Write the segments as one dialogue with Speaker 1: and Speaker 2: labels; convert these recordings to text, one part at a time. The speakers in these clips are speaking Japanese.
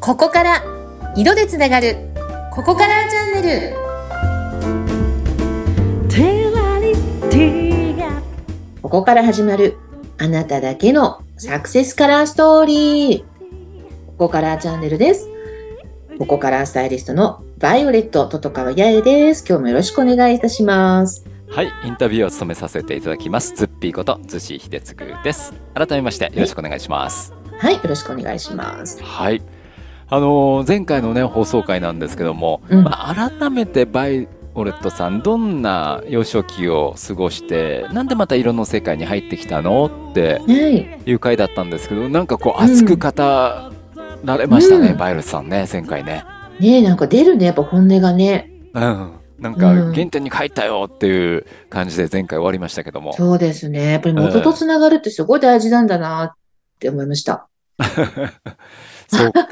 Speaker 1: ここから色でつながるここからチャンネル
Speaker 2: テラリティが
Speaker 1: ここから始まるあなただけのサクセスカラーストーリーここからチャンネルですここからスタイリストのバイオレットととかわやえです今日もよろしくお願いいたします
Speaker 3: はい、インタビューを務めさせていただきます。ツッピーこと、逗子秀次です。改めまして、よろしくお願いします。
Speaker 1: はいよろしくお願いします
Speaker 3: はい。あのー前回のね、放送回なんですけども、
Speaker 1: うん
Speaker 3: まあ、改めてバイオレットさん、どんな幼少期を過ごして、なんでまた色の世界に入ってきたのっ
Speaker 1: は
Speaker 3: て
Speaker 1: い
Speaker 3: いう回だったんですけど、なんかこう、熱く語られましたね、
Speaker 1: うん
Speaker 3: バイオレットさんね、前回ね。
Speaker 1: ねえなんか出るねやっぱ本音がね
Speaker 3: うん。なん
Speaker 1: う
Speaker 3: か、
Speaker 1: ん
Speaker 3: 原点に帰ったよっていう感じで前回終わりましたけども。
Speaker 1: そうですねやっぱり元とつながるってすごい大事なんだなって思いました
Speaker 3: そう か。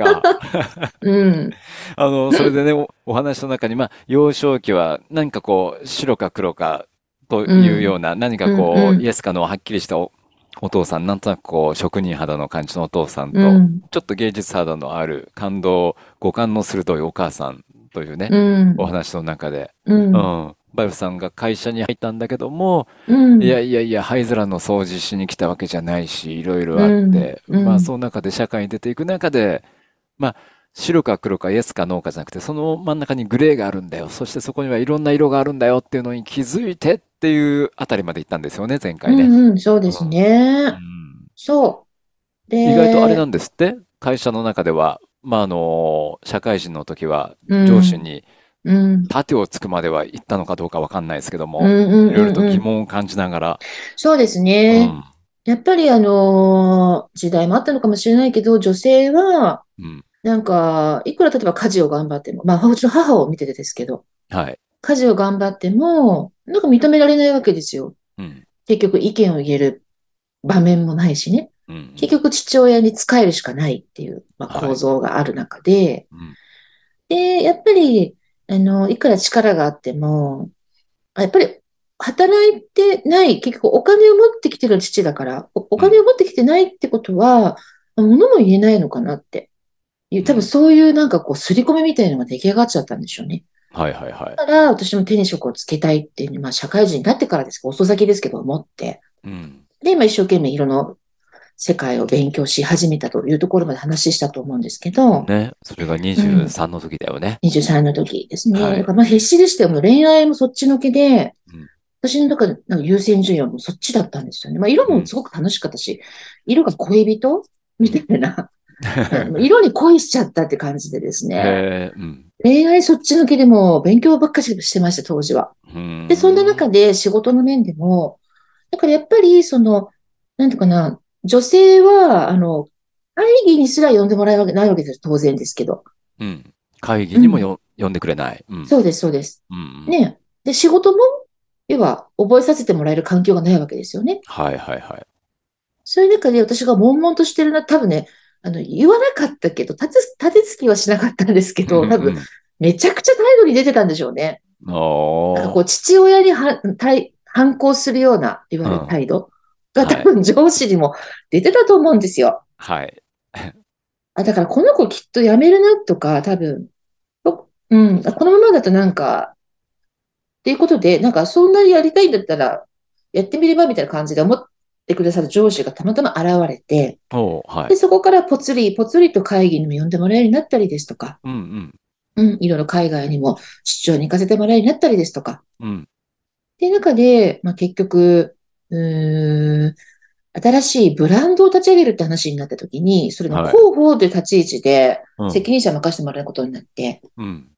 Speaker 1: うん
Speaker 3: あの、それ でね、おお話の中に、まあ、幼少期は何かこう、白か黒かというような、何かこう、
Speaker 1: うんうん
Speaker 3: イエスかのはっきりしたお、お父さん、なんとなくこう、職人肌の感じのお父さんと、
Speaker 1: うん
Speaker 3: ちょっと芸術肌のある感動、五感の鋭いお母さんというね、
Speaker 1: うん
Speaker 3: お話の中で、
Speaker 1: うん
Speaker 3: うん。バイブさんが会社に入ったんだけども、
Speaker 1: うん
Speaker 3: いやいやいや、灰皿の掃除しに来たわけじゃないし、いろいろあって、
Speaker 1: うんうん
Speaker 3: まあ、その中で社会に出ていく中で、まあ、白か黒かイエスかノーかじゃなくて、その真ん中にグレーがあるんだよ。そしてそこにはいろんな色があるんだよっていうのに気づいてっていうあたりまで行ったんですよね、前回
Speaker 1: う
Speaker 3: ね。
Speaker 1: んうん、そうですね。そう。で、
Speaker 3: 意外とあれなんですって、会社の中では、まあ、あの、社会人の時は
Speaker 1: うん
Speaker 3: 上司に
Speaker 1: うん、
Speaker 3: 盾をつくまでは行ったのかどうかわかんないですけども、
Speaker 1: うんうんうんうん
Speaker 3: いろいろと疑問を感じながら、
Speaker 1: そうです
Speaker 3: う
Speaker 1: ね。
Speaker 3: ん、
Speaker 1: やっぱりあのー時代もあったのかもしれないけど、女性は、
Speaker 3: うん、
Speaker 1: なんか、いくら例えば家事を頑張っても、まあ、うちの母を見ててですけど、
Speaker 3: はい、
Speaker 1: 家事を頑張っても、なんか認められないわけですよ。
Speaker 3: うん、
Speaker 1: 結局意見を言える場面もないしね。
Speaker 3: うんうん、
Speaker 1: 結局父親に仕えるしかないっていう、まあ、
Speaker 3: はい
Speaker 1: 構造がある中で、
Speaker 3: うん
Speaker 1: で、やっぱり、あの、いくら力があっても、あやっぱり働いてない、結局お金を持ってきてる父だから、おお金を持ってきてないってことは、物も言えないのかなっていう、多分そういうなんかこう、刷り込みみたいなのが出来上がっちゃったんでしょうね。
Speaker 3: はいはいはい。
Speaker 1: だから、私も手に職をつけたいっていう、まあ、社会人になってからですけど、遅咲きですけど、思って。
Speaker 3: うん。
Speaker 1: で、今一生懸命色の世界を勉強し始めたというところまで話したと思うんですけど、
Speaker 3: ね。それが23の時だよね。
Speaker 1: 23の時ですね。
Speaker 3: はい
Speaker 1: だからまあ必死でしたよ。もう恋愛もそっちのけで
Speaker 3: うん、
Speaker 1: 私の中でなんか優先順位はもうそっちだったんですよね。まあ色もすごく楽しかったし、色が恋人みたい な。もう色に恋しちゃったって感じでですね。
Speaker 3: へえうん
Speaker 1: 恋愛そっちのけでもう勉強ばっかりしてました、当時は。
Speaker 3: うん。
Speaker 1: で、そんな中で仕事の面でも、だからやっぱり、その、なんていうかな、女性は、あの、会議にすら呼んでもらえわけないわけです、当然ですけど。
Speaker 3: うん。会議にもよ、呼んでくれない。うん。
Speaker 1: そうです、そうです。
Speaker 3: うん。
Speaker 1: ね。で、仕事も、要は、覚えさせてもらえる環境がないわけですよね。
Speaker 3: はいはいはい。
Speaker 1: そういう中で、私が悶々としてるな、多分ね、あの、言わなかったけど、立て、立てつきはしなかったんですけど、多分、めちゃくちゃ態度に出てたんでしょうね。
Speaker 3: うん。お
Speaker 1: なんかこ
Speaker 3: ー。
Speaker 1: う、父親には対反抗するような、いわゆる態度が多分上司にも出てたと思うんですよ。
Speaker 3: はい。
Speaker 1: あ、だからこの子きっと辞めるなとか、多分、おうん、あこのままだとなんか、っていうことで、なんかそんなにやりたいんだったら、やってみればみたいな感じで思ってくださる上司がたまたま現れて、
Speaker 3: おー、は
Speaker 1: で、
Speaker 3: い。
Speaker 1: そこからぽつりぽつりと会議にも呼んでもらえるようになったりですとか、
Speaker 3: うん
Speaker 1: うん、いろいろ海外にも出張に行かせてもらえるようになったりですとか、
Speaker 3: うん。うん。
Speaker 1: っていう中で、まあ、結局、うーん、新しいブランドを立ち上げるって話になった時に、それの
Speaker 3: はい
Speaker 1: 広報という立ち位置で
Speaker 3: うん
Speaker 1: 責任者を任せてもらうことになって、
Speaker 3: うん。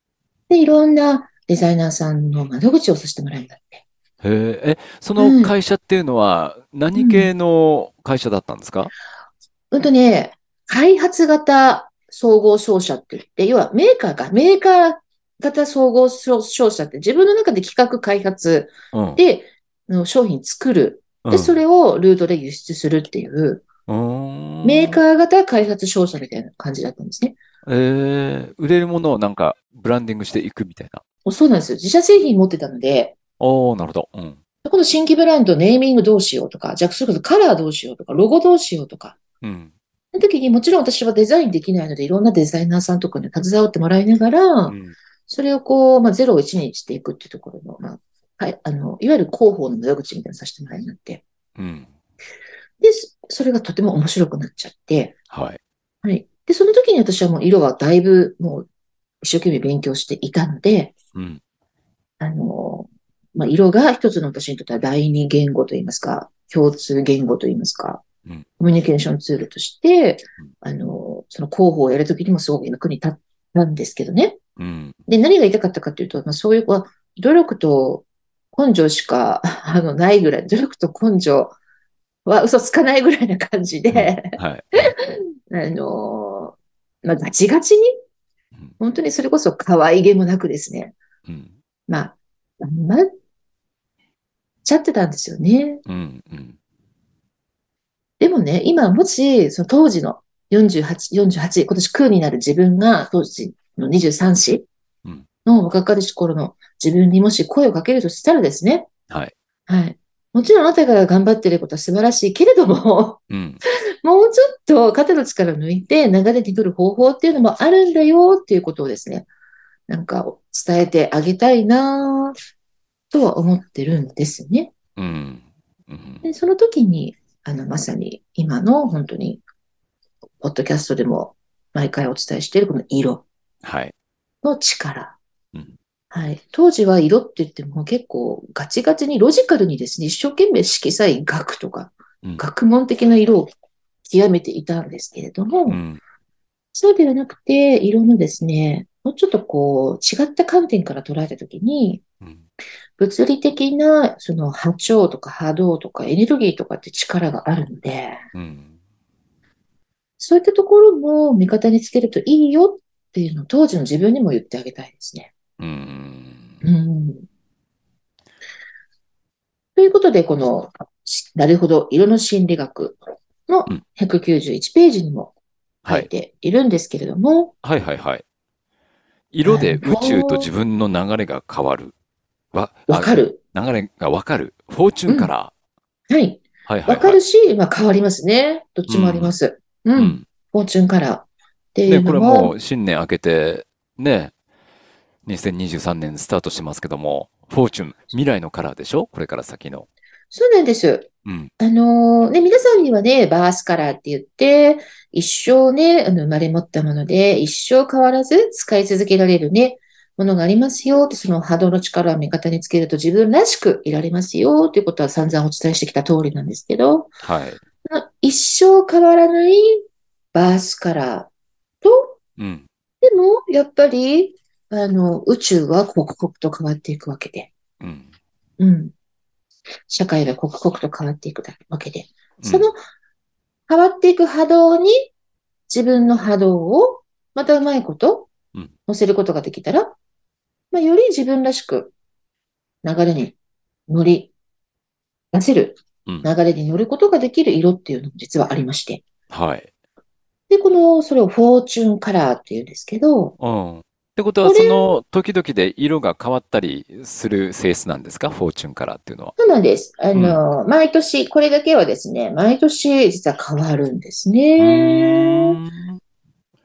Speaker 1: で、いろんなデザイナーさんの窓口をさせてもらうようになって。
Speaker 3: へえ、え、そ
Speaker 1: うん
Speaker 3: の会社っていうのは何系の会社だったんですか
Speaker 1: うんとね、開発型総合商社って言って、要はメーカーが、メーカー型総合商商社って自分の中で企画開発
Speaker 3: うん。
Speaker 1: で、あの商品作る。
Speaker 3: う
Speaker 1: で、
Speaker 3: ん
Speaker 1: それをルートで輸出するっていう。
Speaker 3: うーん。
Speaker 1: メーカー型開発商社みたいな感じだったんですね。
Speaker 3: えー売れるものをなんかブランディングしていくみたいな。
Speaker 1: おそうなんですよ。自社製品持ってたので、
Speaker 3: おー、なるほど。うん。
Speaker 1: この新規ブランド、ネーミングどうしようとか、じゃあ、それこそカラーどうしようとか、ロゴどうしようとか、
Speaker 3: うん。
Speaker 1: の時にもちろん私はデザインできないので、いろんなデザイナーさんとかに携わってもらいながら、
Speaker 3: うん
Speaker 1: それをこう、まあ、ゼロを1にしていくっていうところの、まあ、はい、あの、いわゆる広報の窓口みたいなのさせてもらいになって。
Speaker 3: うん。
Speaker 1: で、そそれがとても面白くなっちゃって、
Speaker 3: はい。
Speaker 1: はい。で、その時に私はもう色はだいぶもう一生懸命勉強していたので、
Speaker 3: うん。
Speaker 1: あの、まあ、色が一つの私にとっては第二言語といいますか、共通言語といいますか
Speaker 3: うん、
Speaker 1: コミュニケーションツールとして、あの、その広報をやるときにもすごく役に立ったんですけどね。
Speaker 3: うん。
Speaker 1: で、何が言いたかったかというと、まあ、そういう、まあ努力と根性しか、 あの、ないぐらい、努力と根性は嘘つかないぐらいな感じで、
Speaker 3: はい。
Speaker 1: あのーまあ、ガチガチに
Speaker 3: うん、
Speaker 1: 本当にそれこそ可愛げもなくですね、
Speaker 3: うん。
Speaker 1: まあ、頑張っちゃってたんですよね。
Speaker 3: うん。うん。
Speaker 1: でもね、今もし、その当時の48、48、今年9になる自分が、当時の23子
Speaker 3: うん
Speaker 1: の若かりし頃の自分にもし声をかけるとしたらですね。
Speaker 3: はい。
Speaker 1: はい。もちろんあなたが頑張っていることは素晴らしいけれども、
Speaker 3: うん。
Speaker 1: もうちょっと肩の力を抜いて流れてくる方法っていうのもあるんだよっていうことをですね、なんか伝えてあげたいなとは思ってるんですよね。
Speaker 3: うん。うん。
Speaker 1: で、その時に、あの、まさに今の本当に、ポッドキャストでも毎回お伝えしているこの色
Speaker 3: はい。
Speaker 1: の力。
Speaker 3: うん
Speaker 1: はい。当時は色って言っても結構ガチガチにロジカルにですね、一生懸命色彩学とか、
Speaker 3: うん
Speaker 1: 学問的な色を極めていたんですけれども、
Speaker 3: うん。
Speaker 1: そうではなくて、色のですね、もうちょっとこう、違った観点から捉えたときに、
Speaker 3: うん。
Speaker 1: 物理的な、その波長とか波動とかエネルギーとかって力があるので、
Speaker 3: うん。
Speaker 1: そういったところも味方につけるといいよっていうのを当時の自分にも言ってあげたいですね。
Speaker 3: うん。
Speaker 1: うん。ということで、この、しなるほど、色の心理学の
Speaker 3: うん
Speaker 1: 191ページにも書
Speaker 3: はいい。
Speaker 1: ているんですけれども、
Speaker 3: はいはいはい。色で宇宙と自分の流れが変わる。わ、
Speaker 1: わかる。
Speaker 3: あ。流れがわかる。フォーチュンカラ
Speaker 1: はい。
Speaker 3: ー。はいはいは
Speaker 1: わ
Speaker 3: い。
Speaker 1: かるし、まあ変わりますね。どっちもあります。う。
Speaker 3: うんん。
Speaker 1: フォーチュンカラーってい
Speaker 3: で、
Speaker 1: う
Speaker 3: これ
Speaker 1: の
Speaker 3: も
Speaker 1: も、
Speaker 3: う新年明けて、ね、2023年スタートしてますけども、フォーチュン、未来のカラーでしょこれから先の。
Speaker 1: そうなんです。
Speaker 3: うん。
Speaker 1: あのね、皆さんにはね、バースカラーって言って、一生ね、あの、生まれ持ったもので、一生変わらず使い続けられるね、ものがありますよって、その波動の力を味方につけると自分らしくいられますよっていうことは散々お伝えしてきた通りなんですけど、
Speaker 3: はい。
Speaker 1: 一生変わらないバースカラーと、
Speaker 3: うん。
Speaker 1: でも、やっぱり、あの、宇宙は刻々と変わっていくわけで、
Speaker 3: うん。
Speaker 1: うん。社会は刻々と変わっていくわけで、
Speaker 3: うん
Speaker 1: その変わっていく波動に自分の波動をまたうまいこと
Speaker 3: うん
Speaker 1: 乗せることができたら、まあ、より自分らしく流れに乗り出せる、
Speaker 3: うん
Speaker 1: 流れに乗ることができる色っていうのも実はありまして。
Speaker 3: はい。
Speaker 1: で、この、それをフォーチュンカラーっていうんですけど、
Speaker 3: うん。ってことは、
Speaker 1: これ
Speaker 3: その時々で色が変わったりする性質なんですかフォーチュンカラーっていうのは。
Speaker 1: そうなんです。あの、毎年、これだけはですね、毎年実は変わるんです
Speaker 3: う
Speaker 1: ね。
Speaker 3: ーん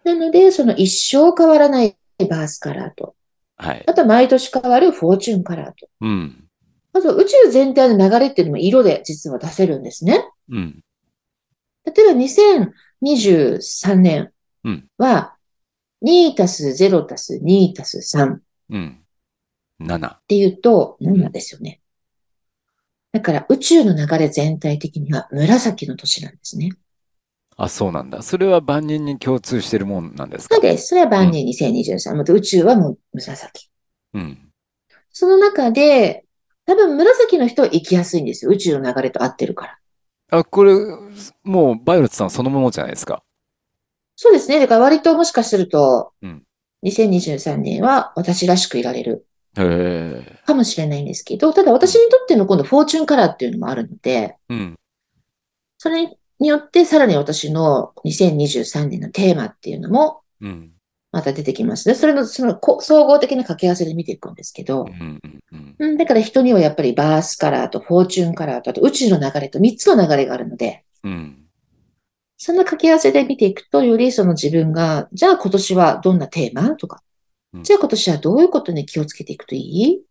Speaker 1: なので、その一生変わらないバースカラーと、
Speaker 3: はい。
Speaker 1: あとは毎年変わるフォーチュンカラーと。
Speaker 3: うん。
Speaker 1: あと宇宙全体の流れっていうのも色で実は出せるんですね。
Speaker 3: うん。
Speaker 1: 例えば2023年
Speaker 3: うん
Speaker 1: は2たす0たす2たす3っ
Speaker 3: うん。7。
Speaker 1: ていうと7ですよね。だから宇宙の流れ全体的には紫の年なんですね。
Speaker 3: あ、そうなんだ。それは万人に共通してるもんなんですか
Speaker 1: そうです。それは万年2023。また宇宙はもう紫。
Speaker 3: うん。
Speaker 1: その中で多分紫の人は行きやすいんですよ。宇宙の流れと合ってるから。
Speaker 3: あ、これ、もう、バイオレットさんそのものじゃないですか。
Speaker 1: そうですね。だから割ともしかすると
Speaker 3: うん、
Speaker 1: 2023年は私らしくいられる
Speaker 3: へえ。
Speaker 1: かもしれないんですけど、ただ私にとっての今度フォーチュンカラーっていうのもあるので、
Speaker 3: うん。
Speaker 1: それによってさらに私の2023年のテーマっていうのも
Speaker 3: うん。
Speaker 1: また出てきますね。それのそのこ総合的な掛け合わせで見ていくんですけど
Speaker 3: う、ん。うんうん。
Speaker 1: うん、だから人にはやっぱりバースカラーとフォーチュンカラーとあと宇宙の流れと3つの流れがあるので、
Speaker 3: うん。
Speaker 1: その掛け合わせで見ていくと、よりその自分が、じゃあ今年はどんなテーマとか
Speaker 3: う、ん
Speaker 1: じゃあ今年はどういうことに気をつけていくといい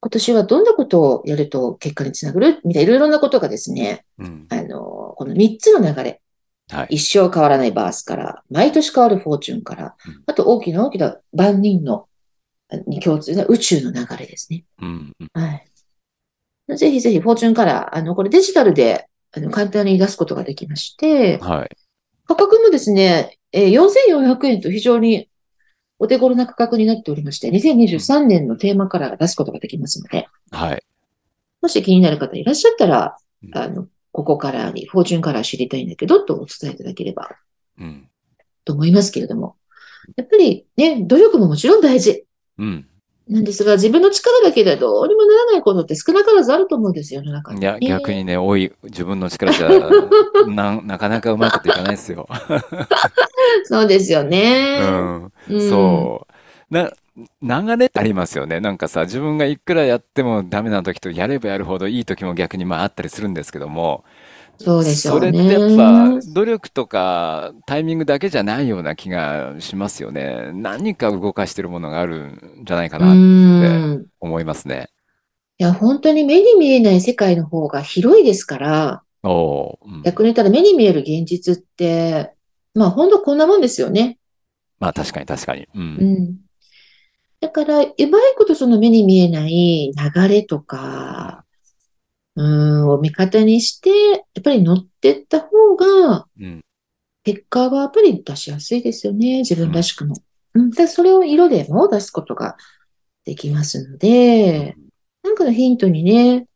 Speaker 1: 今年はどんなことをやると結果につながるみたいな、いろいろなことがですね、
Speaker 3: うん。
Speaker 1: あの、この3つの流れ、
Speaker 3: はい。
Speaker 1: 一生変わらないバースから、毎年変わるフォーチュンから
Speaker 3: うん、
Speaker 1: あと大きな大きな万人の、あに共通な宇宙の流れですね。
Speaker 3: うん。うん
Speaker 1: はい。ぜひぜひ、フォーチュンカラー、あの、これデジタルで、あの、簡単に出すことができまして、
Speaker 3: はい。
Speaker 1: 価格もですね、えー4400円と非常にお手頃な価格になっておりまして、2023年のテーマカラーが出すことができますので、
Speaker 3: はい。
Speaker 1: もし気になる方いらっしゃったら
Speaker 3: う、ん
Speaker 1: あの、ここカラーに、フォーチュンカラー知りたいんだけど、とお伝えいただければ
Speaker 3: うん。
Speaker 1: と思いますけれども、やっぱりね、努力ももちろん大事
Speaker 3: うん。
Speaker 1: なんですが、自分の力だけではどうにもならないことって少なからずあると思うんですよ、世の中に。
Speaker 3: いや、逆にね、多い、自分の力 じゃ、なん、なかなかうまくいかないですよ。
Speaker 1: そうですよ
Speaker 3: う
Speaker 1: ね。
Speaker 3: ん。
Speaker 1: うん
Speaker 3: そう。な、流れってありますよね。なんかさ、自分がいくらやってもダメな時と、やればやるほどいい時も逆にまああったりするんですけども、
Speaker 1: そうですよ
Speaker 3: それっ
Speaker 1: ね。
Speaker 3: てやっぱ努力とかタイミングだけじゃないような気がしますよね。何か動かしてるものがあるんじゃないか
Speaker 1: う
Speaker 3: なと
Speaker 1: ん。
Speaker 3: 思いますね。
Speaker 1: いや、本当に目に見えない世界の方が広いですから、
Speaker 3: おーうん
Speaker 1: 逆に言ったら目に見える現実って、まあ本当こんなもんですよね。
Speaker 3: まあ確かに確かに。う。
Speaker 1: うんん。だから、うまいことその目に見えない流れとか、うん、を味方にして、やっぱり乗ってった方が、
Speaker 3: うん。
Speaker 1: 結果はやっぱり出しやすいですよね、自分らしくも。うん、で、それを色でも出すことができますので、なんかのヒントにね、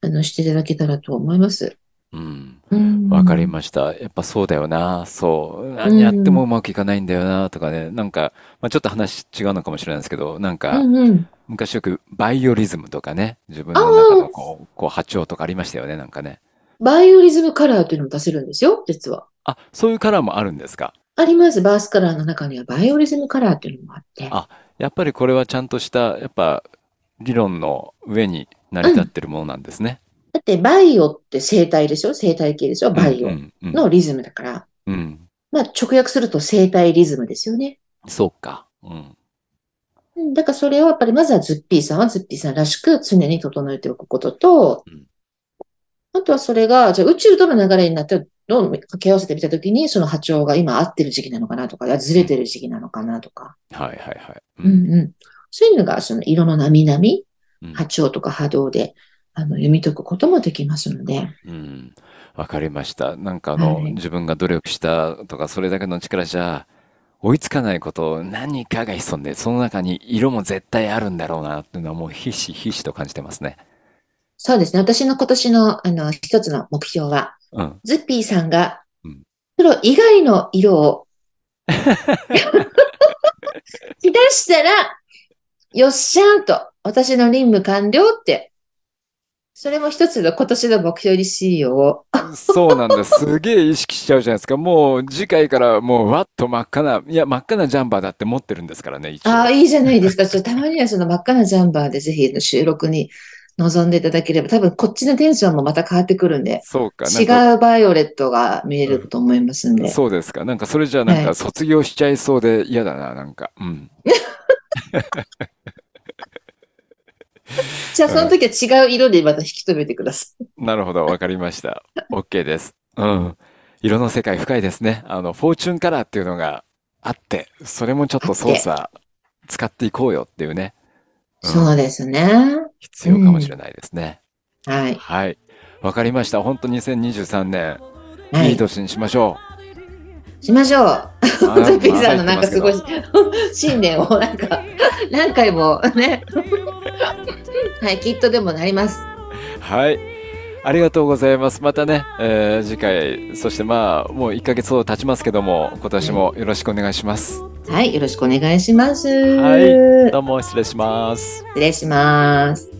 Speaker 1: あの、していただけたらと思います。
Speaker 3: うん。
Speaker 1: うん。
Speaker 3: わかりました。やっぱそうだよな。そう。
Speaker 1: うん
Speaker 3: 何やってもうまくいかないんだよな、とかね。なんか、まあ、ちょっと話違うのかもしれないですけど、なんか、
Speaker 1: うんうん。
Speaker 3: 昔よくバイオリズムとかね、自分の中のこう、こう波長とかありましたよね、なんかね。
Speaker 1: バイオリズムカラーというのも出せるんですよ、実は。
Speaker 3: あ、そういうカラーもあるんですか。
Speaker 1: あります。バースカラーの中にはバイオリズムカラーというのもあって。
Speaker 3: あやっぱりこれはちゃんとした、やっぱ、理論の上に成り立ってるものなんですね。
Speaker 1: だって、バイオって生態でしょ生態系でしょバイ
Speaker 3: う
Speaker 1: オ
Speaker 3: ん、うん、
Speaker 1: のリズムだから。
Speaker 3: うん。うん
Speaker 1: まあ、直訳すると生態リズムですよね。
Speaker 3: そうか。うん。
Speaker 1: うんだからそれをやっぱりまずはズッピーさんはズッピーさんらしく常に整えておくことと
Speaker 3: うん、
Speaker 1: あとはそれが、じゃあ宇宙との流れになって、どう掛け合わせてみたときに、その波長が今合ってる時期なのかなとか、いやずれてる時期なのかなとか、
Speaker 3: はいはいはい。
Speaker 1: う
Speaker 3: う。
Speaker 1: んんうん、そういうのがその色のなみなみ、
Speaker 3: うん
Speaker 1: 波長とか波動であの読み解くこともできますので、
Speaker 3: うん、わかりました。なんかあの、
Speaker 1: はい
Speaker 3: 自分が努力したとか、それだけの力じゃ、追いつかないこと、何かが潜んで、その中に色も絶対あるんだろうな、っていうのはもうひしひしと感じてますね。
Speaker 1: そうですね、私の今年のあの一つの目標は、
Speaker 3: うん。
Speaker 1: ズッピーさんが
Speaker 3: うん
Speaker 1: プロ以外の色を出したら、よっしゃーと、私の任務完了って、それも一つの今年の目標にしよう。
Speaker 3: そうなんだ。すげえ意識しちゃうじゃないですか。もう次回からもうわっと真っ赤な、いや、真っ赤なジャンバーだって持ってるんですからね、一応。
Speaker 1: ああ、いいじゃないですか。ちょっとたまにはその真っ赤なジャンバーでぜひ収録に臨んでいただければ、多分こっちのテンションもまた変わってくるんで、
Speaker 3: そうか、なん
Speaker 1: 違
Speaker 3: か、
Speaker 1: うバイオレットが見えると思いますんで。
Speaker 3: そうですか。なんかそれじゃあなん
Speaker 1: は
Speaker 3: か
Speaker 1: い
Speaker 3: 卒業しちゃいそうで嫌だな、なんか。うん。
Speaker 1: じゃあその時は違う色でまた引き止めてください。
Speaker 3: なるほど、わかりました。OK です。うん。色の世界深いですね。あの、フォーチュンカラーっていうのがあって、それもちょっと操作使っていこうよっていうね、うん
Speaker 1: そうですね。
Speaker 3: 必要かもしれないですね。
Speaker 1: はい。
Speaker 3: はい。わかりました。本当2023年、
Speaker 1: はい
Speaker 3: い
Speaker 1: い
Speaker 3: い。年にしましょ
Speaker 1: しましょう。
Speaker 3: う。まあ
Speaker 1: ザピーさんの
Speaker 3: ま
Speaker 1: な
Speaker 3: あ
Speaker 1: んかすごい
Speaker 3: 入ってまけど
Speaker 1: 信念をなんか何回も ね。はい、きっとでもなります。
Speaker 3: はい。ありがとうございます。またね、えー次回、そしてまあ、もう1ヶ月ほど経ちますけども、今年もよろしくお願いします。
Speaker 1: はい、よろしくお願いします。
Speaker 3: は
Speaker 1: 失
Speaker 3: どうも失礼します。
Speaker 1: 礼します。